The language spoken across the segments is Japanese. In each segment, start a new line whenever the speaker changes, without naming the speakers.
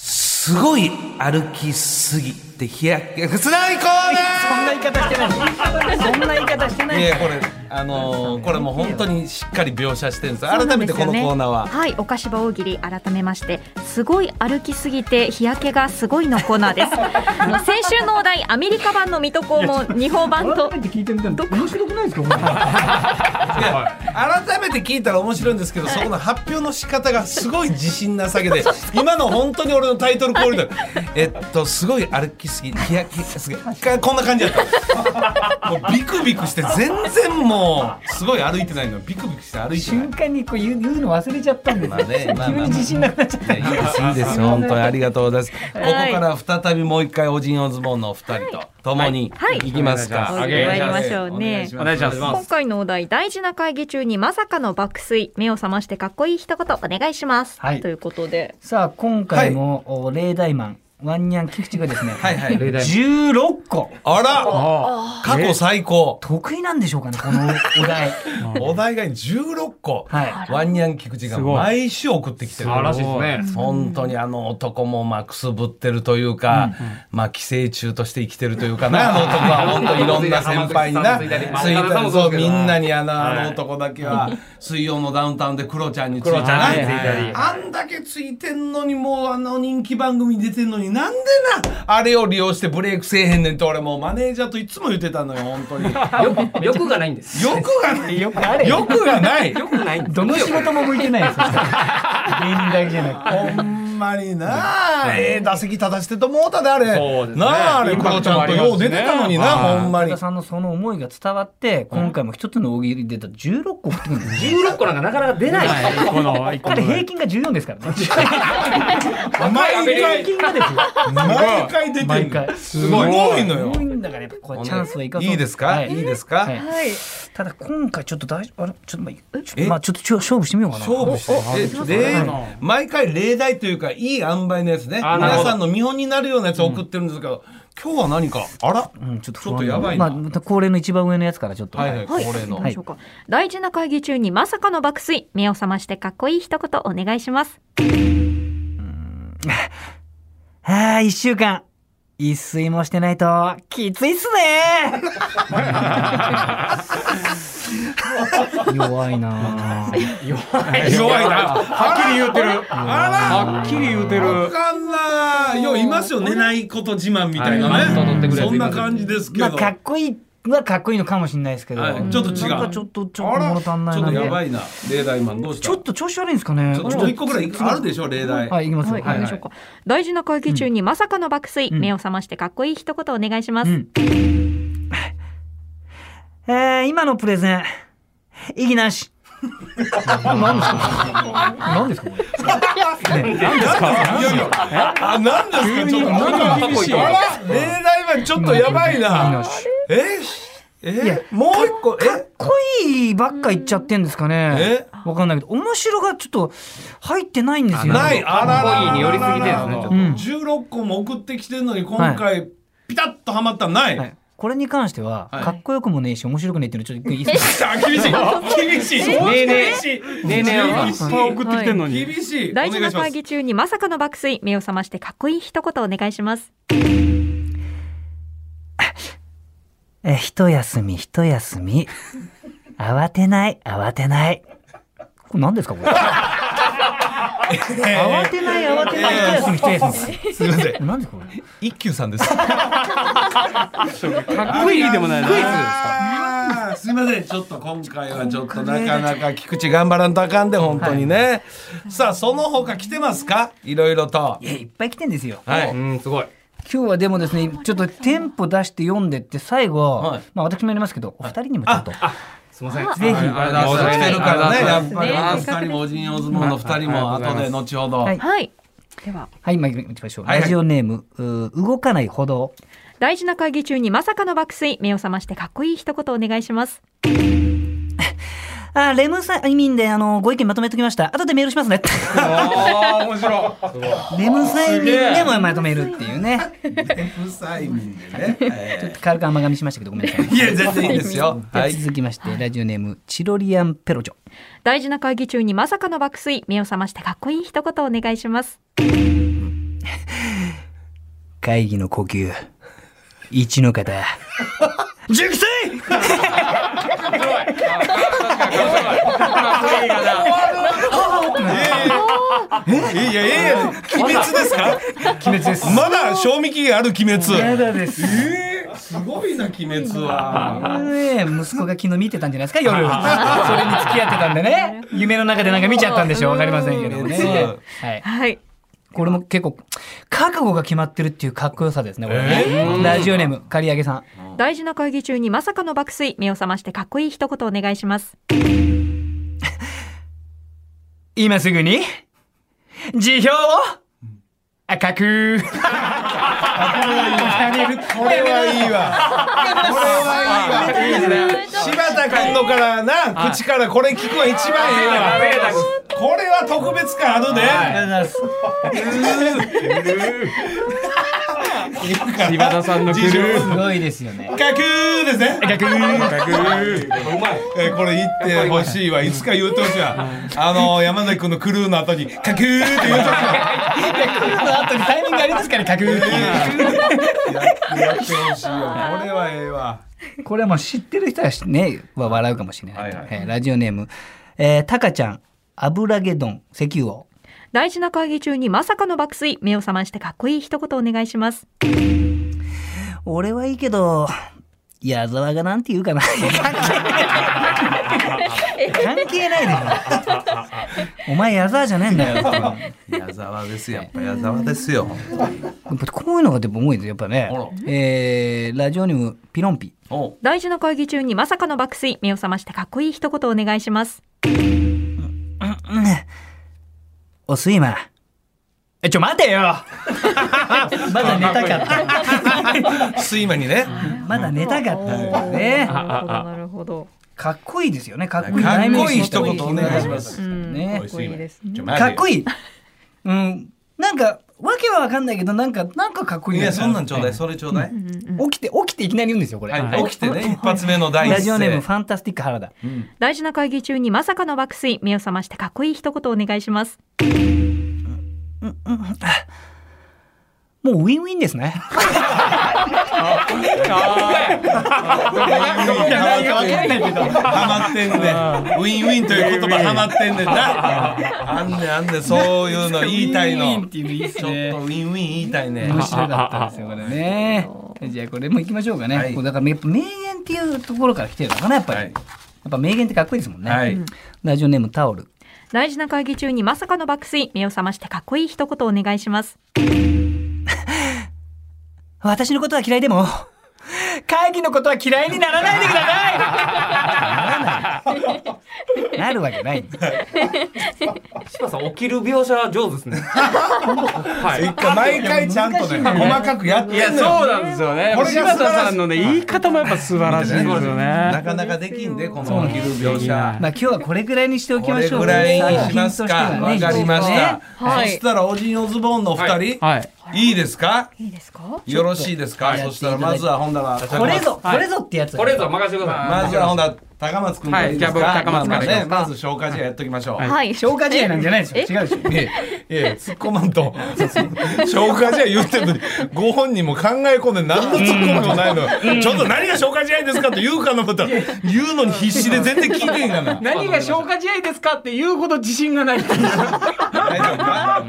すごい歩きすぎて日焼けがつらいコー
そん
ナ
な言い方してない。そんな言い方してな
ーい
い。
やこれあのーこれもう本当にしっかり描写してるんです改めてこのコーナーは、
はい、お菓子場大喜利改めまして、すごい歩きすぎて日焼けがすごいのコーナーです。あの先週のお題、アメリカ版の水戸黄門、日本版と
改。めて聞いてみたら面白くないですかこれ
改めて聞いたら面白いんですけど、そこの発表の仕方がすごい自信なさ げで今の本当に俺のタイトルコールだ、えっとすごい歩きすぎ日焼けがすごいかこんな感じだ ったもうビクビクして全然もうすごい歩いてないのビクビクして歩いてない
瞬間にこう言う言うの忘れちゃったんです
まあねまあまあ
急
まあ
に自信なくなっちゃっ
いやいいですいいですよ本当にありがとうございます、
はい
ここから再びもう一回おじんおズボンのお二人と共に
はい
行きますか、
はい
はい
参りましょうね
お願いします
お願いし
今回のお題、大事な会議中にまさかの爆睡、目を覚ましてかっこいい一言お願いします。
はい
ということで、
さあ今回も、お例題マンワンニャン菊池がですね
はいはい
例題
16個
あら過去最高
得意なんでしょうかねこのお 題
お題が16個、
は
ワンニャン菊池が
すごい
毎週送ってきてる
素晴らしいですね。
本当にあの男もまあくすぶってるというか、まあ寄生虫として生きてるというかな、あの男は本当にいろんな先輩に な、つ
つ
い
い
た
た
り
りまあ
そうみんなにあの
はい
あの男だけは、水曜のダウンタウンでクロちゃんについて
クロちゃんについたり
はいあんだけついてんのにもうあの人気番組に出てんのになんでな、あれを利用してブレイクせえへんねんって俺もうマネージャーといつも言ってたのよ、本当に。 よ
欲欲がないんです。
くがない
い
よ。
よくあれ
くが ない。
欲ないんです。
どの仕事も向いてないです芸 人だけじゃなくて
ほんまになあ、ええ打席立たしてと思うたであれ。
そうですね
なあ、あれ、
イン
ク
パ
ロ
ク
ち
ト
ゃ
も
ん
あ
と
ります
よ
しね
う出てたのにな、
はい
ほんま
田
に
中。さんのその思いが伝わって今回も一つの大喜利で出た16個送ってく るんですよ
十六個なんかなかなか出ない。
この一個
彼
の
平
ね
均が14ですからね
毎
平
回、
均がですよ
毎回出て
毎
るの
回。
すごい。すごいのよ
多。いんだからやっぱこうチャンスを生かそう
いいですか
はい
いですか
はい
はい。
ただ今回ちょっと大丈夫あれちょっとまあちょっ
え
とまあちょっとちょ勝負してみようかな
勝負してえ例毎回例題というかいい塩梅のやつね
あな
皆
るほど
さんの見本になるようなやつを送ってるんですけど、今日は何かあら、
うんちょっと
ちょっとやばいな
まあまた恒例の一番上のやつからちょっと
はいはい恒
はい、
例の、
行きましょうか大事な会議中にまさかの爆睡、目を覚ましてかっこいい一言お願いします。
ああ一週間一睡もしてないときついっす ね弱いなぁ
弱いな
はっきり言うてる。はっきり言うて
わ
る。
かんないよういますよ寝ないこと自慢みたい
は
ない
マウント取っ
ね
てくるやつ
そんな感じですけ
ま
ど、
あかっこいいはかっこいいのかもしれないですけど、
はいちょっと違う
なんかちょっとちょっ
あ
と
ら
物足んない
ちょ
な
っとや
で
ばいな。例題マンどうした
ちょっと調子悪いんですかね
ちょっと一個ぐらいあるでしょ、例題。
はい行きますよ
はい、何でしょうか。大事な会議中にまさかの爆睡、
ん
目を覚ましてかっこいい一言お願いします。
うんえー、今のプレゼン、意義な し。何ですか何ですかこれ。
何ですかいやいや。あ、何ですかちょっと。
何
厳しいあら例題マンちょっとやばいな。ええもう一個、え
恋ばっか言っちゃってんですかねわかんないけど、面白がちょっと入ってないんですよ。
ない、あららららら。
コーヒーに寄りすぎてるんです
ね
16個も送ってきてるのに、今回、ピタッとはまったのな。
はいいこれに関しては、
はい
かっこよくもねえし、面白くねえっていうのちょっと一回いいです
さ あ、厳しい。厳しい。
ねえねえ。ねえねえ
い
は。
っぱい送ってきてんのに。
厳しい。お願
大
い
事
し
な
ま
会
す。
議中にまさかの爆睡、目を覚ましてかっこいい一言お願いします。
か。え、一休み、一休み。慌てない、慌てない。これ何ですかこれ。慌てない、慌てない、一休み、一休み。
すいません。
何ですかこれ。
一休さんです。
かっこいいでもないな。
あーすいませんちょっと今回はちょっとなかなか菊池頑張らんとあかんで本当にね、さあその他来てますかいろいろと
いや、いっぱい来てんですよ。
はい、
うんすごい。
今日はでもですね、ちょっとテンポ出して読んでって、最後、
はい
まあ私もやりますけど、お二人にもちょっと。
すみません。
ぜひ
あれだ
はい
来てるからねやっぱり
はい
あの二人もおじんおずもんの二人も後で後ほど、
はい
はい。では、
はい、まあ、行きましょう。
はいはい
ラジオネーム、うー動かない歩道。
大事な会議中にまさかの爆睡、目を覚ましてかっこいい一言お願いします。
あ、レムさん、意味で、あの、ご意見まとめておきました。後でメール しますね。
ああ面白い。
レムサイミンでもまとめるっていうね。
不細民でね、え
軽く甘噛みしましたけど、ごめんなさい。
ーいや全然いいですよ
じゃあ
はい
続きまして、ラジオネーム、チロリアンペロチョ。
大事な会議中にまさかの爆睡、目を覚ましてかっこいい一言お願いします。
会議の呼 吸。一の方。熟成
いやいやいや鬼滅ですか
鬼滅です。
まだ賞味期限ある鬼滅
だです。
えー、すごいな鬼滅は
ねえ息子が昨日見てたんじゃないですか夜それに 付き合ってたんで ね夢の中でなんか見ちゃったんでしょうわかりませんけどもね
そう、
はい、
はい。
これも結構覚悟が決まってるっていうかっこよさですねこれね、ラジオネーム刈り上げさん
大事な会議中にまさかの爆睡、目を覚ましてかっこいい一言お願いします。
今すぐに辞表を赤く
これはいいわこれはいいわ柴田君のからな口からこれ聞くは一番いいわこれは特別感あるね
柴田さんのグルー
すごいですよね
かくーですね
赤く
えーこれ言ってほしいわいつか言うてほしいわあのー山崎君のクルーの後にかくーって言うてほしいわ
の後にタイミングありますからか く
やってほしいわこれはええわ
これはもう知ってる人はねは笑うかもしれない、えーラジオネーム、えー、タカちゃん油揚げ丼石油王
大事な会議中にまさかの爆睡、目を覚ましてかっこいい一言お願いします。
俺はいいけど、矢沢がなんて言うかな。関係ない。関係ないでしょ。お前矢沢じゃねえんだよ。
矢沢ですよやっぱ矢沢ですよ
こういうのがでも多いですよやっぱね
あら。
えー、ラジオネームピロンピ。
おう
大事な会議中にまさかの爆睡、目を覚ましてかっこいい一言お願いします。
おすいま。え、ちょ待てよ。 まだ寝たかった。
睡魔にね
まだ寝たかった。ね。
なるほど、なるほど。
かっこいいですよね。かっこいい。
かっこいい一言お願いします
うん
ね
かっこいいですね。
かっこ
い
いい。うん。なんか、わけはわかんないけど、なんか、なんかかっこいい
い
んだよ
やそんなんちょうだいそれちょうだい
起きて、起きていきなり言うんですよ、これ。
はい起きてね一発目の第
ラ
一
ジオネーム
声
ファンタスティック原田。
大事な会議中にまさかの爆睡、目を覚ましてかっこいい一言お願いします。
もうウィンウィンですね。
ハマってんねウィンウィンという言葉ハマってんねんなあんねんあんねんそういうの言いたいのちょっとウィンウィン言いたいね
面白かったですよ、これね。じゃあこれも行きましょうかね。
はい
こうだからやっぱ名言っていうところから来てるのかな、やっぱり。
はい
やっぱ名言ってかっこいいですもんね。
はい
ラジオネームタオル。
大事な会議中にまさかの爆睡、目を覚ましてかっこいい一言お願いします。
私のことは嫌いでも、会議のことは嫌いにならないでくだ さい ならない。なるわけない。
柴田さん起きる描写上手ですね。
一回毎回ちゃんとね細かくやってん
いや、
の
そう
よ
なんですよね。
これが素晴らし
柴
い
田さんのね、言い方もやっぱ素晴らしいですよ
な
ね。
かなかできんでこの昼描
ま
写
あ今日はこれぐらいにしておき
こ
ま
れ
しょう。
ぐらいにしますか
作品と
わ
しては
か
ね
りました
はい
そしたらオジンオズボーンのお二人
はい。
いいですか
いいですか
よろしいですか
ちょっと
そしたらまずは本棚
これぞ、これぞってやつ。
これぞ任せてください。
まずはほんな高松くんからいいですか、
はいじゃあ僕高松からいきます
まあまあねまず消化試合やっときましょう、い
はい。
消化試合なんじゃないでしょ。違うでしょ。
やいや突っ込まんと 消化試合言ってるのにご本人も考え込んで何の突っ込みもないのよちょっと何が消化試合ですかって言うかなと思ったら言うのに必死で全然聞いてへんが な
何が消化試合ですかって言うほど自信がない。
大丈夫か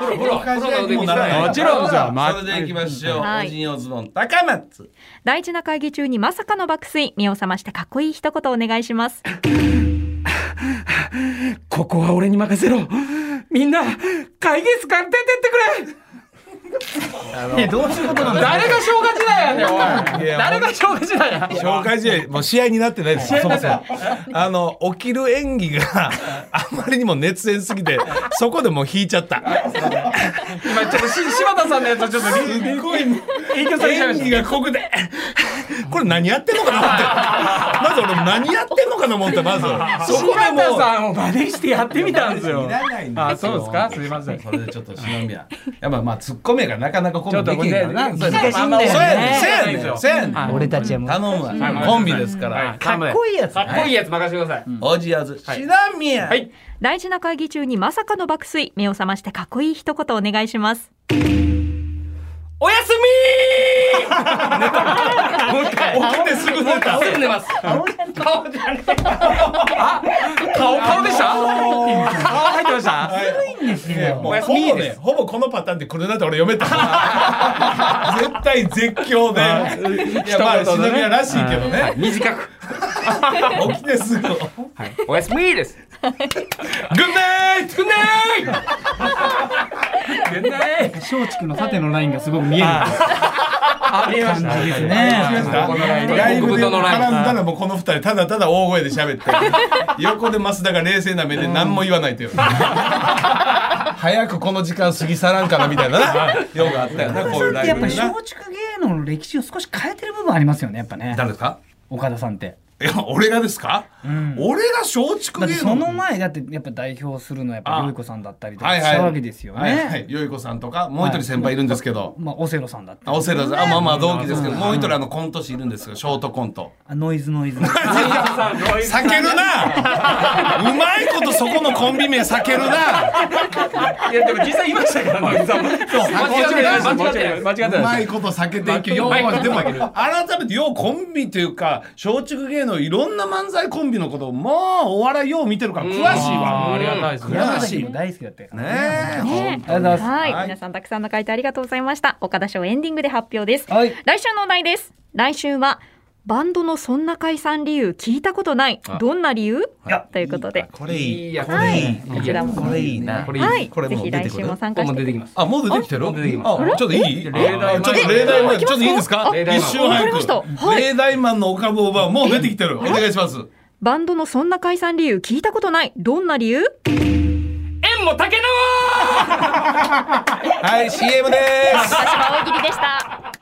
ほら、ほら、ほら、
にもならない
もちろんさま
それでいきましょう、
はい
オジンオズボン高松
大事な会議中にまさかの爆睡、目を覚ましてかっこいい一言お願いします。
ここは俺に任せろ。みんな、会議室から出てってくれ
え、どういうことなんだ
誰が消化試合やねん、おい。
いや
誰が消化試合や。
紹介試合もう試合になってないですそもそもあの起きる演技 があまりにも熱演すぎてそこでもう引いちゃった
今ちょっとし柴田さんのやつをちょっと
すっごい
影響されちゃいま
演
し
技が濃くてこれ何やってんのかなってまず俺何やってんのかな思ったまず
た。
そこで
柴田
もう
さんを真似してやってみたんですよ。
ないん
あそうですかすいません
それでちょっと忍びややっぱまあツッコミやからなかなかコ
ちょ
ン
っ
ビで
とこ
きへん
れ
から
ね
なそう
難
やね
しいんだよね。
そうやねんそうやねん
はい
俺たちはもう。
頼むわコンビですから
かっこいいやつ。
かっこいいやつ任せてください。
おじやず忍びや
はい
大事な会議中にまさかの爆睡、目を覚ましてかっこいい一言お願いします。
おやすみもう一回
起きてすぐ
もう
寝
一回
た
すぐ寝ます顔じゃねえ
顔、顔でした今顔入ってました
いんですよ。も
お
う
やす
ほ
み
ぼ
で
ね
す、
ほぼこのパターンで来るなって俺読めた。絶対絶叫で。いや、まあ、
一言
忍
でね
び屋らしいけど
はい
ね。
短く
起きてすぐ。
はいおやすみです
グッナイト
少ない
松竹の縦のラインがすごく見える
あ、見えました。
感じですね
このライン
ライブで
極太の
絡ん
ライン
だらもうこの二人ただただ大声で喋って横で増田が冷静な目で何も言わないという 早くこの時間過ぎ去らんかなみたいななようがあったよなこういうラ
や
イ
っぱ
ブで
り
な
松竹芸能の歴史を少し変えてる部分ありますよねやっぱね
誰ですか
岡田さんって
いや俺がですか、俺が松竹
だって
芸
そ
能
の前だってやっぱ代表するのはやっぱ良い子さんだったりとか
はい
し
はい
たわけですよ
はいは
ね
い、よいこさんとかもう一人先輩いるんですけど、
まあオセロさんだった
あ
り
オセロさんあまあまあ同期ですけど、もう一人あのコント師いるんですよショートコント
あノイズノ イズ
避けるなうまいことそこのコンビ名避けるない
や、でも実際いましたから、ね、
間違ってない間違ってない
間違って
う
ない。
まいこと避けていくようでも改めてようコンビというか松竹芸能いろんな漫才コンビのことをまあお笑いよう見てるから詳しい
あーあ
わ
りがたいですね
山崎も大好きだったから
ねえ
ね
ありがとうございます
はい、
はい
皆さんたくさんの回答ありがとうございました。岡田賞エンディングで発表です。
はい
来週のお題です。来週はバンドのそんな解散理由聞いたことない。どんな理由ということで、
これいい
やつ
はい、
い
こちらも。
これいいな
これいい
はい、
これ
ぜ
もう
ひ
出て
来
く
週
る
も参
こ
加し
こも
て
出てきます
あ、もう出てきてる
あもう出てきま
あ、ちょっといい
例題
あちょっと例題前、ちょっといいですか
あ
一瞬
わかりま
早
したは
く。
い
例題マンのお株おばはもう出てきてる。お願いします。
バンドのそんな解散理由聞いたことない。どんな理由？
縁も竹縄
はい、CM でーす。
私は大喜利でした。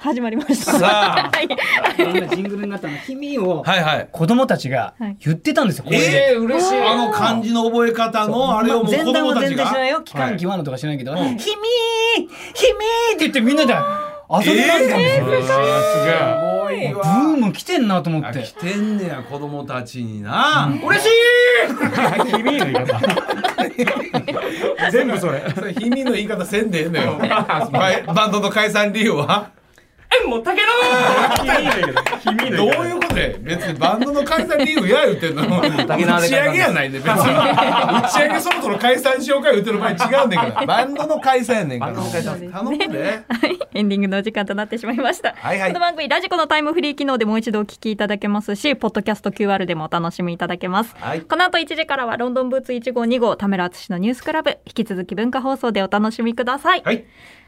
始まりました。
さあ
はい
ジングルになったの君を
はいはい。
子供たちが言ってたんですよこれで
えー、嬉しい。あの漢字の覚え方のあれをもう
前
子
段
供
は
た
全
ち
然
が
し。ないよ期間際のとかしないけど「君君!」って言ってみんなで遊び回ってたんですよ、
す
ブーム来てんなと思っ
あ
て
来てんねや、子供たちにな。
嬉しい
全部それ。それ、ひみの言い方せんでええの よ。はいバンドの解散理由は
縁も竹縄
どういうことで別にバンドの解散理由や言ってんの打ち上げやないね別に打ち上げそろそろ解散しようか言ってる場合違うねんからバンドの解散やねんから
バンドの解散
頼むで
はいエンディングのお時間となってしまいました。
はいはい
この番組ラジコのタイムフリー機能でもう一度お聞きいただけますし、ポッドキャスト QR でもお楽しみいただけます。
はい
この後1時からはロンドンブーツ1号2号田村淳のニュースクラブ、引き続き文化放送でお楽しみください。
はい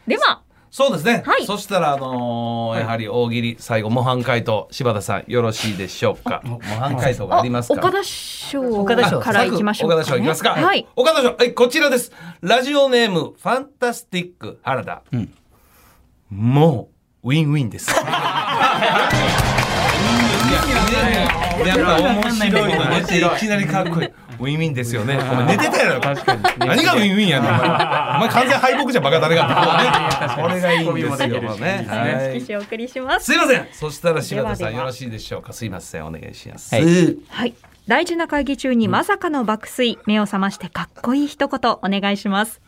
では、
そうですね、
はい
そしたらあのーやはり大喜利最後模範解答柴田さんよろしいでしょうか模範解答がありますから
岡田賞
田賞
からいきましょうか、
岡田賞いきますか。
はい。
岡田賞、はい、こちらです。ラジオネーム、ファンタスティック原田。もう、ウィンウィン です。いやいやいややっぱ面白いのねいきなりかっこいい。ウィンウィンですよね。お前寝てたやろ。確かに。何がウィンウィンやねんお前。お前完全敗北じゃバカ誰が。これがいいんですよ。ねは
色
い
紙をお送りします
すいません。そしたら柴田さ
では
ん
では
よろしいでしょうか。すいません。お願いします。
はい大事な会議中にまさかの爆睡、目を覚ましてかっこいい一言お願いします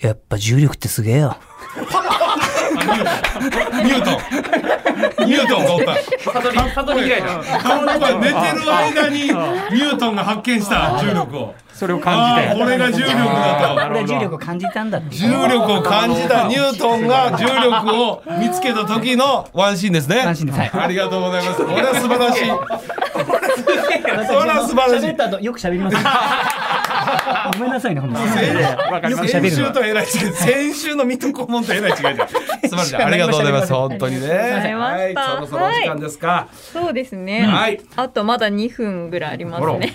やっぱ重力ってすげえよ。
ニュートン。ニュートンがおった。
悟り 悟り開いた
やっぱ寝てる間にニュートンが発見した重力を。
それを感じ
ああ、
て。
これが重力だと。
俺は重力を感じたんだって。
重力を感じたニュートンが重力を見つけた時のワンシーンですね。
ワンシーンですはい
ありがとうございます。これは素晴らしい。
そ
そら素晴らしい
喋った後よく喋りますごめんなさいねほんとよく
先
喋る
週
の
とえらい違い。先週の水戸黄門とえらい違いじゃん。素晴らしい。 ありがとうございます。本当にね。
ありがとうございまし
はい、そろそ
た
ろお時間ですか。
そうですね、
はい。
あとまだ2分ぐらいありますね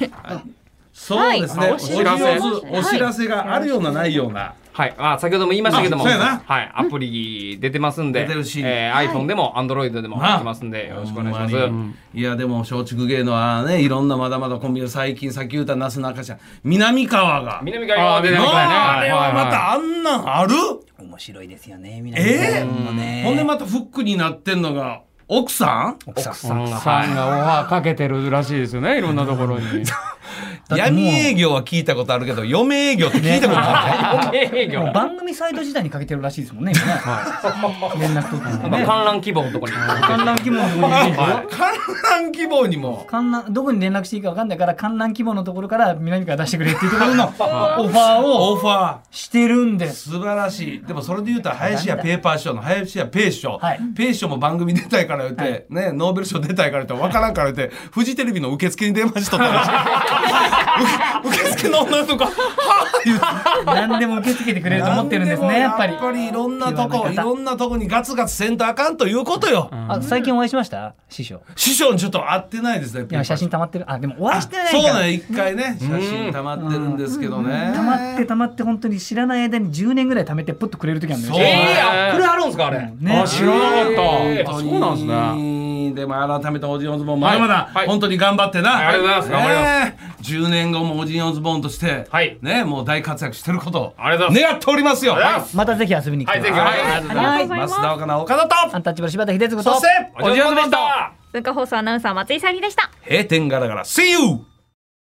そうですね。
はい
お知らせ
お知、
お知らせがあるようなないような。
はい、あ先ほども言いましたけども、
あそうやな
はい、アプリ出てますんで、
出てるし
えー iPhone でも Android でも
なあ
できますんで、よろしくお願いします。
ほんまにいやでも松竹芸能はねいろんなまだまだコンビの最近さっき言ったなすなかちゃん南川が
南川出て
な
ますね。
ああれはま
い
たあんなんある、
面白いですよね、皆
え
さ
ー
んもね。
ほんでまたフックになってんのが奥さん
奥さん。
さんがオファーかけてるらしいですよね、いろんなところに。
だってもう
闇営業は聞いたことあるけど、嫁営業って聞いたことない。
営業
もう番組サイド時代にかけてるらしいですもんね、今ね。連絡とかも
まあ
ね。
観覧希望 のとこに
観覧希望のところに
観覧希望にも。
観覧、どこに連絡していいか分かんないから、観覧希望のところから南から出してくれっていうところのオファーを
オファー。
してるんです。
素晴らしい。でもそれで言うと、林家ペーパー賞の林家ペー賞。
はい
ペー賞も番組出たいから言って、ね、ノーベル賞出たいから言って、わからんから言って、フジテレビの受付に電話しとったらしい。受付の女の子が、はぁ言って。
何でも受け付けてくれると思ってるんですね、やっぱり
やっ。ぱりいろんなと
言わ
こ、
ないかった
ろんなとこにガツガツせんとあかんということよ。
あ、最近お会いしました師匠。
師匠にちょっと会ってないですね。
今写真溜まってる。あ、でもお会いしてないか
そう
ら。
ね、一回ね、写真溜まってるんですけどね。
溜まって溜まって本当に知らない間に10年ぐらい溜めてポッとくれる時あるんだよ
そう
ね。
ええあこれあるんですかあれ
ね
あ知らなかった
えー
あそうなんですね
ね。でも改めてオジンオズボーンまだまだ
はいはい
本当に頑張ってな。
ありがとうございます
ねえ10年後もオジンオズボーンとして
はい、
ね、もう大活躍してることを
ありがとうござい
願っておりますよ。
ありがとうございます
またぜひ遊びに来
は
て
い
く
ぜ
ださ
ひ
い。
ありがとうございます
ありがとうございます
増田岡田岡田
ア
と、
ンタッチャブル柴田秀嗣と。
そして、
おじやすでした
文化放送アナウンサー松井さゆりでした
閉店ガラガラ、See you!